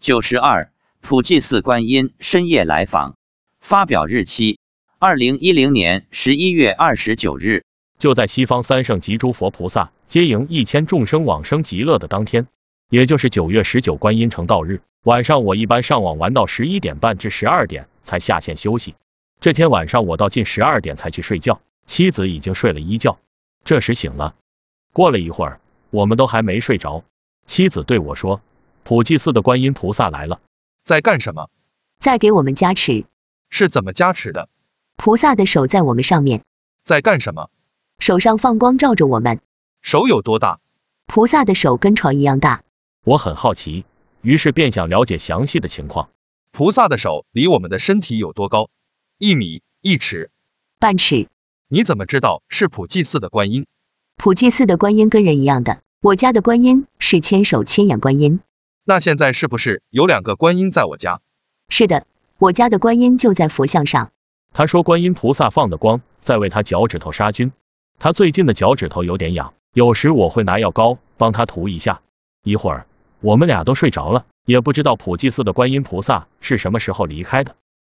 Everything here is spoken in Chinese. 九十二，普济寺观音深夜来访。发表日期：二零一零年十一月二十九日。就在西方三圣及诸佛菩萨接迎一千众生往生极乐的当天，也就是九月十九观音成道日晚上，我一般上网玩到十一点半至十二点才下线休息。这天晚上我到近十二点才去睡觉，妻子已经睡了一觉，这时醒了。过了一会儿，我们都还没睡着，妻子对我说：“普济寺的观音菩萨来了。在干什么？在给我们加持，是怎么加持的？菩萨的手在我们上面，在干什么？手上放光照着我们，手有多大？菩萨的手跟床一样大。”我很好奇，于是便想了解详细的情况。菩萨的手离我们的身体有多高？一米一尺。半尺，你怎么知道是普济寺的观音？普济寺的观音跟人一样的，我家的观音是千手千眼观音。那现在是不是有两个观音在我家？是的，我家的观音就在佛像上。他说观音菩萨放的光在为他脚趾头杀菌，他最近的脚趾头有点痒，有时我会拿药膏帮他涂一下。一会儿我们俩都睡着了，也不知道普济寺的观音菩萨是什么时候离开的。